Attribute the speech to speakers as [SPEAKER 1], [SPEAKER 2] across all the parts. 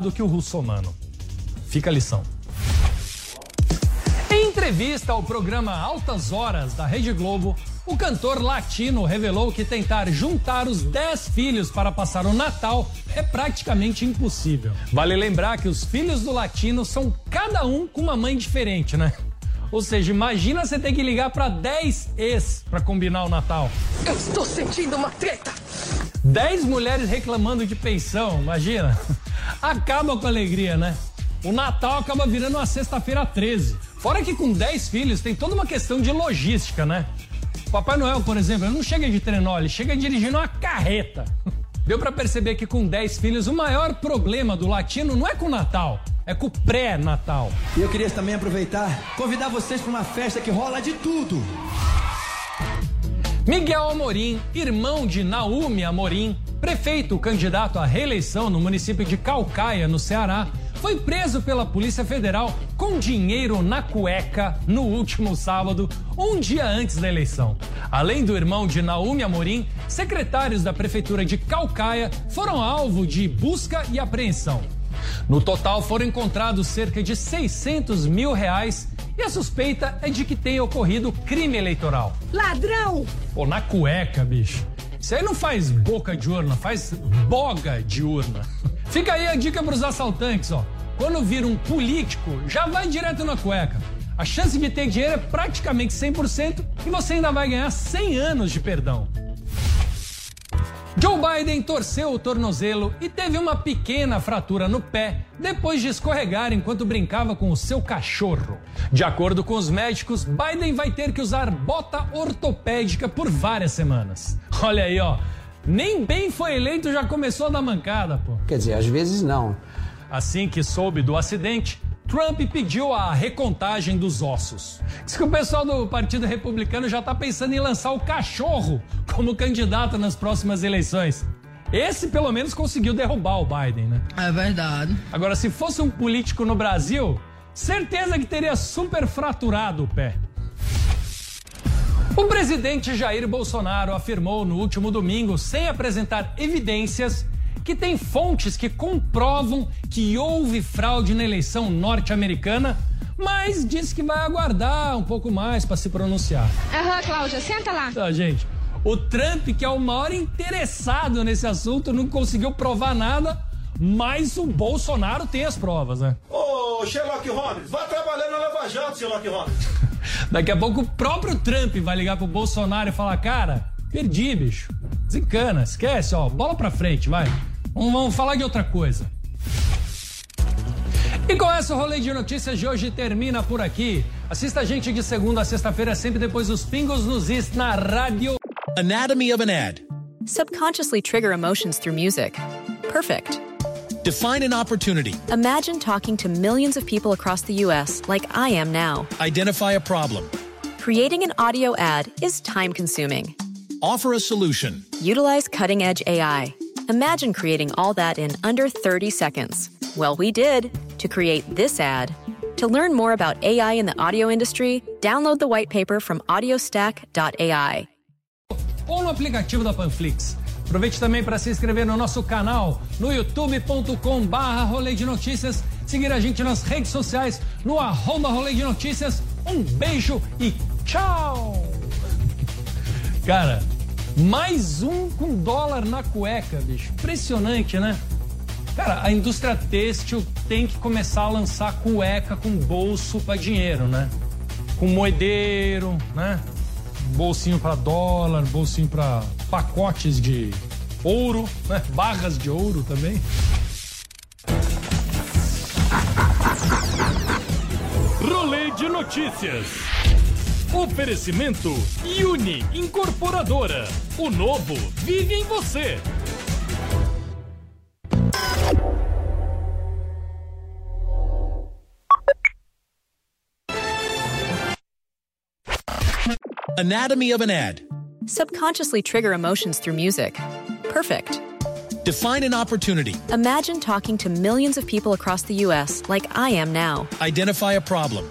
[SPEAKER 1] do que o russomano. Fica a lição. Em entrevista ao programa Altas Horas da Rede Globo, o cantor latino revelou que tentar juntar os 10 filhos para passar o Natal é praticamente impossível. Vale lembrar que os filhos do latino são cada um com uma mãe diferente, né? Ou seja, imagina você ter que ligar para 10 ex para combinar o Natal.
[SPEAKER 2] Eu estou sentindo uma treta.
[SPEAKER 1] 10 mulheres reclamando de pensão, imagina. Acaba com a alegria, né? O Natal acaba virando uma sexta-feira 13. Fora que com 10 filhos tem toda uma questão de logística, né? O Papai Noel, por exemplo, ele não chega de trenó, ele chega dirigindo uma carreta. Deu pra perceber que com 10 filhos o maior problema do latino não é com o Natal, é com o pré-Natal.
[SPEAKER 3] E eu queria também aproveitar, convidar vocês para uma festa que rola de tudo.
[SPEAKER 1] Miguel Amorim, irmão de Naúme Amorim, prefeito candidato à reeleição no município de Calcaia, no Ceará, foi preso pela Polícia Federal com dinheiro na cueca no último sábado, um dia antes da eleição. Além do irmão de Naúme Amorim, secretários da prefeitura de Calcaia foram alvo de busca e apreensão. No total foram encontrados cerca de 600 mil reais e a suspeita é de que tenha ocorrido crime eleitoral.
[SPEAKER 2] Ladrão!
[SPEAKER 1] Pô, na cueca, bicho. Isso aí não faz boca de urna, faz boga de urna. Fica aí a dica pros assaltantes, ó. Quando vira um político, já vai direto na cueca. A chance de ter dinheiro é praticamente 100% e você ainda vai ganhar 100 anos de perdão. Joe Biden torceu o tornozelo e teve uma pequena fratura no pé depois de escorregar enquanto brincava com o seu cachorro. De acordo com os médicos, Biden vai ter que usar bota ortopédica por várias semanas. Olha aí, ó. Nem bem foi eleito já começou a dar mancada, pô.
[SPEAKER 4] Quer dizer, às vezes não.
[SPEAKER 1] Assim que soube do acidente, Trump pediu a recontagem dos ossos. Diz que o pessoal do Partido Republicano já está pensando em lançar o cachorro como candidato nas próximas eleições. Esse, pelo menos, conseguiu derrubar o Biden, né?
[SPEAKER 2] É verdade.
[SPEAKER 1] Agora, se fosse um político no Brasil, certeza que teria super fraturado o pé. O presidente Jair Bolsonaro afirmou no último domingo, sem apresentar evidências, que tem fontes que comprovam que houve fraude na eleição norte-americana, mas disse que vai aguardar um pouco mais para se pronunciar.
[SPEAKER 5] Aham, Cláudia, senta lá.
[SPEAKER 1] Tá, gente. O Trump, que é o maior interessado nesse assunto, não conseguiu provar nada, mas o Bolsonaro tem as provas, né?
[SPEAKER 6] Ô, Sherlock Holmes, vá trabalhando na Lava Jato, Sherlock Holmes.
[SPEAKER 1] Daqui a pouco o próprio Trump vai ligar pro Bolsonaro e falar: Cara, perdi, bicho. Desencana, esquece, ó. Bola pra frente, vai. Vamos, vamos falar de outra coisa. E com essa, o rolê de notícias de hoje termina por aqui. Assista a gente de segunda a sexta-feira, sempre depois dos pingos nos is na rádio.
[SPEAKER 7] Anatomy of an ad.
[SPEAKER 8] Subconsciously trigger emotions through music. Perfect.
[SPEAKER 7] Define an opportunity.
[SPEAKER 8] Imagine talking to millions of people across the US like I am now.
[SPEAKER 7] Identify a problem.
[SPEAKER 8] Creating an audio ad is time consuming.
[SPEAKER 7] Offer a solution.
[SPEAKER 8] Utilize cutting edge AI. Imagine creating all that in under 30 seconds. Well, we did to create this ad. To learn more about AI in the audio industry, download the white paper from audiostack.ai.
[SPEAKER 1] ou no aplicativo da Panflix. Aproveite também para se inscrever no nosso canal no youtube.com barra rolê de notícias, seguir a gente nas redes sociais no arroba rolê de notícias. Um beijo e tchau! Cara, mais um com dólar na cueca, bicho. Impressionante, né? Cara, a indústria têxtil tem que começar a lançar cueca com bolso para dinheiro, né? Com moedeiro, né? Bolsinho para dólar, bolsinho para pacotes de ouro, né? Barras de ouro também.
[SPEAKER 9] Rolê de notícias. Oferecimento Uni Incorporadora. O novo vive em você.
[SPEAKER 7] Anatomy of an ad.
[SPEAKER 8] Subconsciously trigger emotions through music. Perfect.
[SPEAKER 7] Define an opportunity.
[SPEAKER 8] Imagine talking to millions of people across the US like I am now.
[SPEAKER 7] Identify a problem.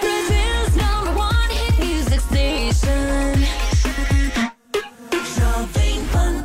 [SPEAKER 4] Brazil's number one hit music station. Jovem Pan.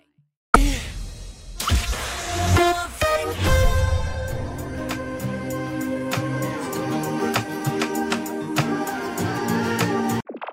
[SPEAKER 4] Jovem Pan.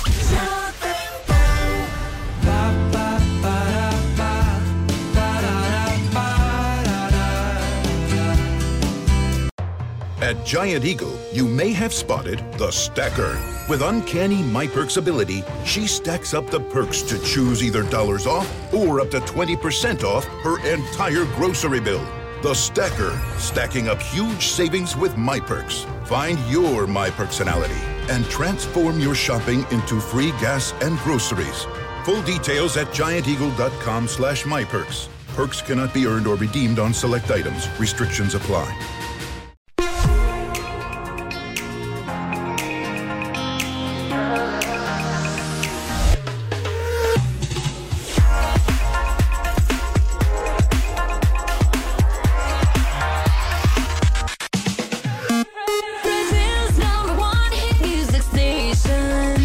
[SPEAKER 4] Jovem Pan.
[SPEAKER 5] At Giant Eagle, you may have spotted the stacker. With uncanny MyPerks ability, she stacks up the perks to choose either dollars off or up to 20% off her entire grocery bill. The stacker, stacking up huge savings with MyPerks. Find your MyPerksonality and transform your shopping into free gas and groceries. Full details at gianteagle.com slash MyPerks. Perks cannot be earned or redeemed on select items. Restrictions apply.
[SPEAKER 4] Brazil's number one hit music station.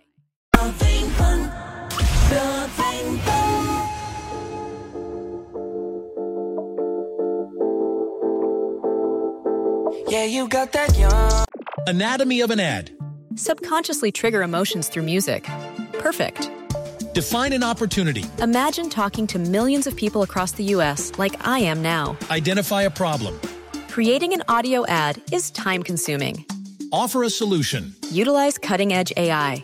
[SPEAKER 4] Jovem Pan. Jovem Pan.
[SPEAKER 3] Yeah, you got that young.
[SPEAKER 7] Anatomy of an ad.
[SPEAKER 8] Subconsciously trigger emotions through music. Perfect.
[SPEAKER 7] Define an opportunity.
[SPEAKER 8] Imagine talking to millions of people across the US like I am now.
[SPEAKER 7] Identify a problem.
[SPEAKER 8] Creating an audio ad is time consuming.
[SPEAKER 7] Offer a solution.
[SPEAKER 8] Utilize cutting edge AI.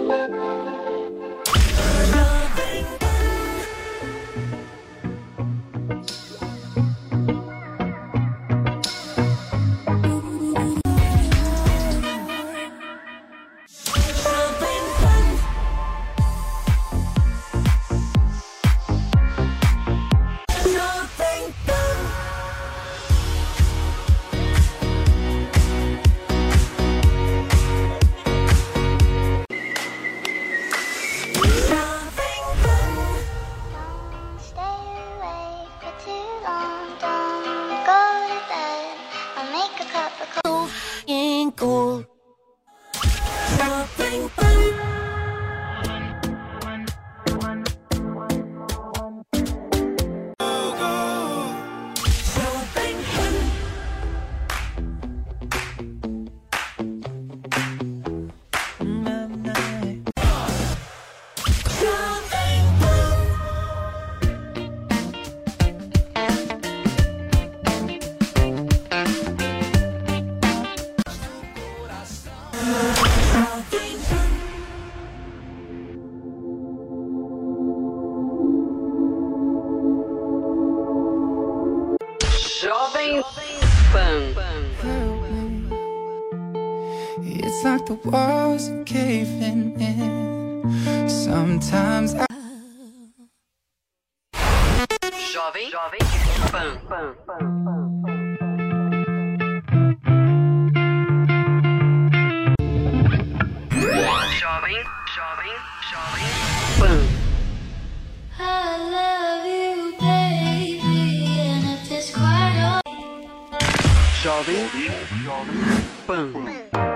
[SPEAKER 4] Jovem Pan. Jovem Pan. Jovem Pan. Jovem Pan.
[SPEAKER 10] Stay awake for too long. Don't go to bed. I'll make a cup of cold.
[SPEAKER 4] Jovem Pan. Jovem Pan. Jovem Pan. Jovem Pan. Jovem Pan.
[SPEAKER 11] Jovem Pan.
[SPEAKER 12] It's like the walls are caving in. Sometimes I.
[SPEAKER 11] Jovem Pan. Pan. Jovem, jovem, jovem.
[SPEAKER 8] I love you, baby, and if it's quite all
[SPEAKER 11] Jovem Pan.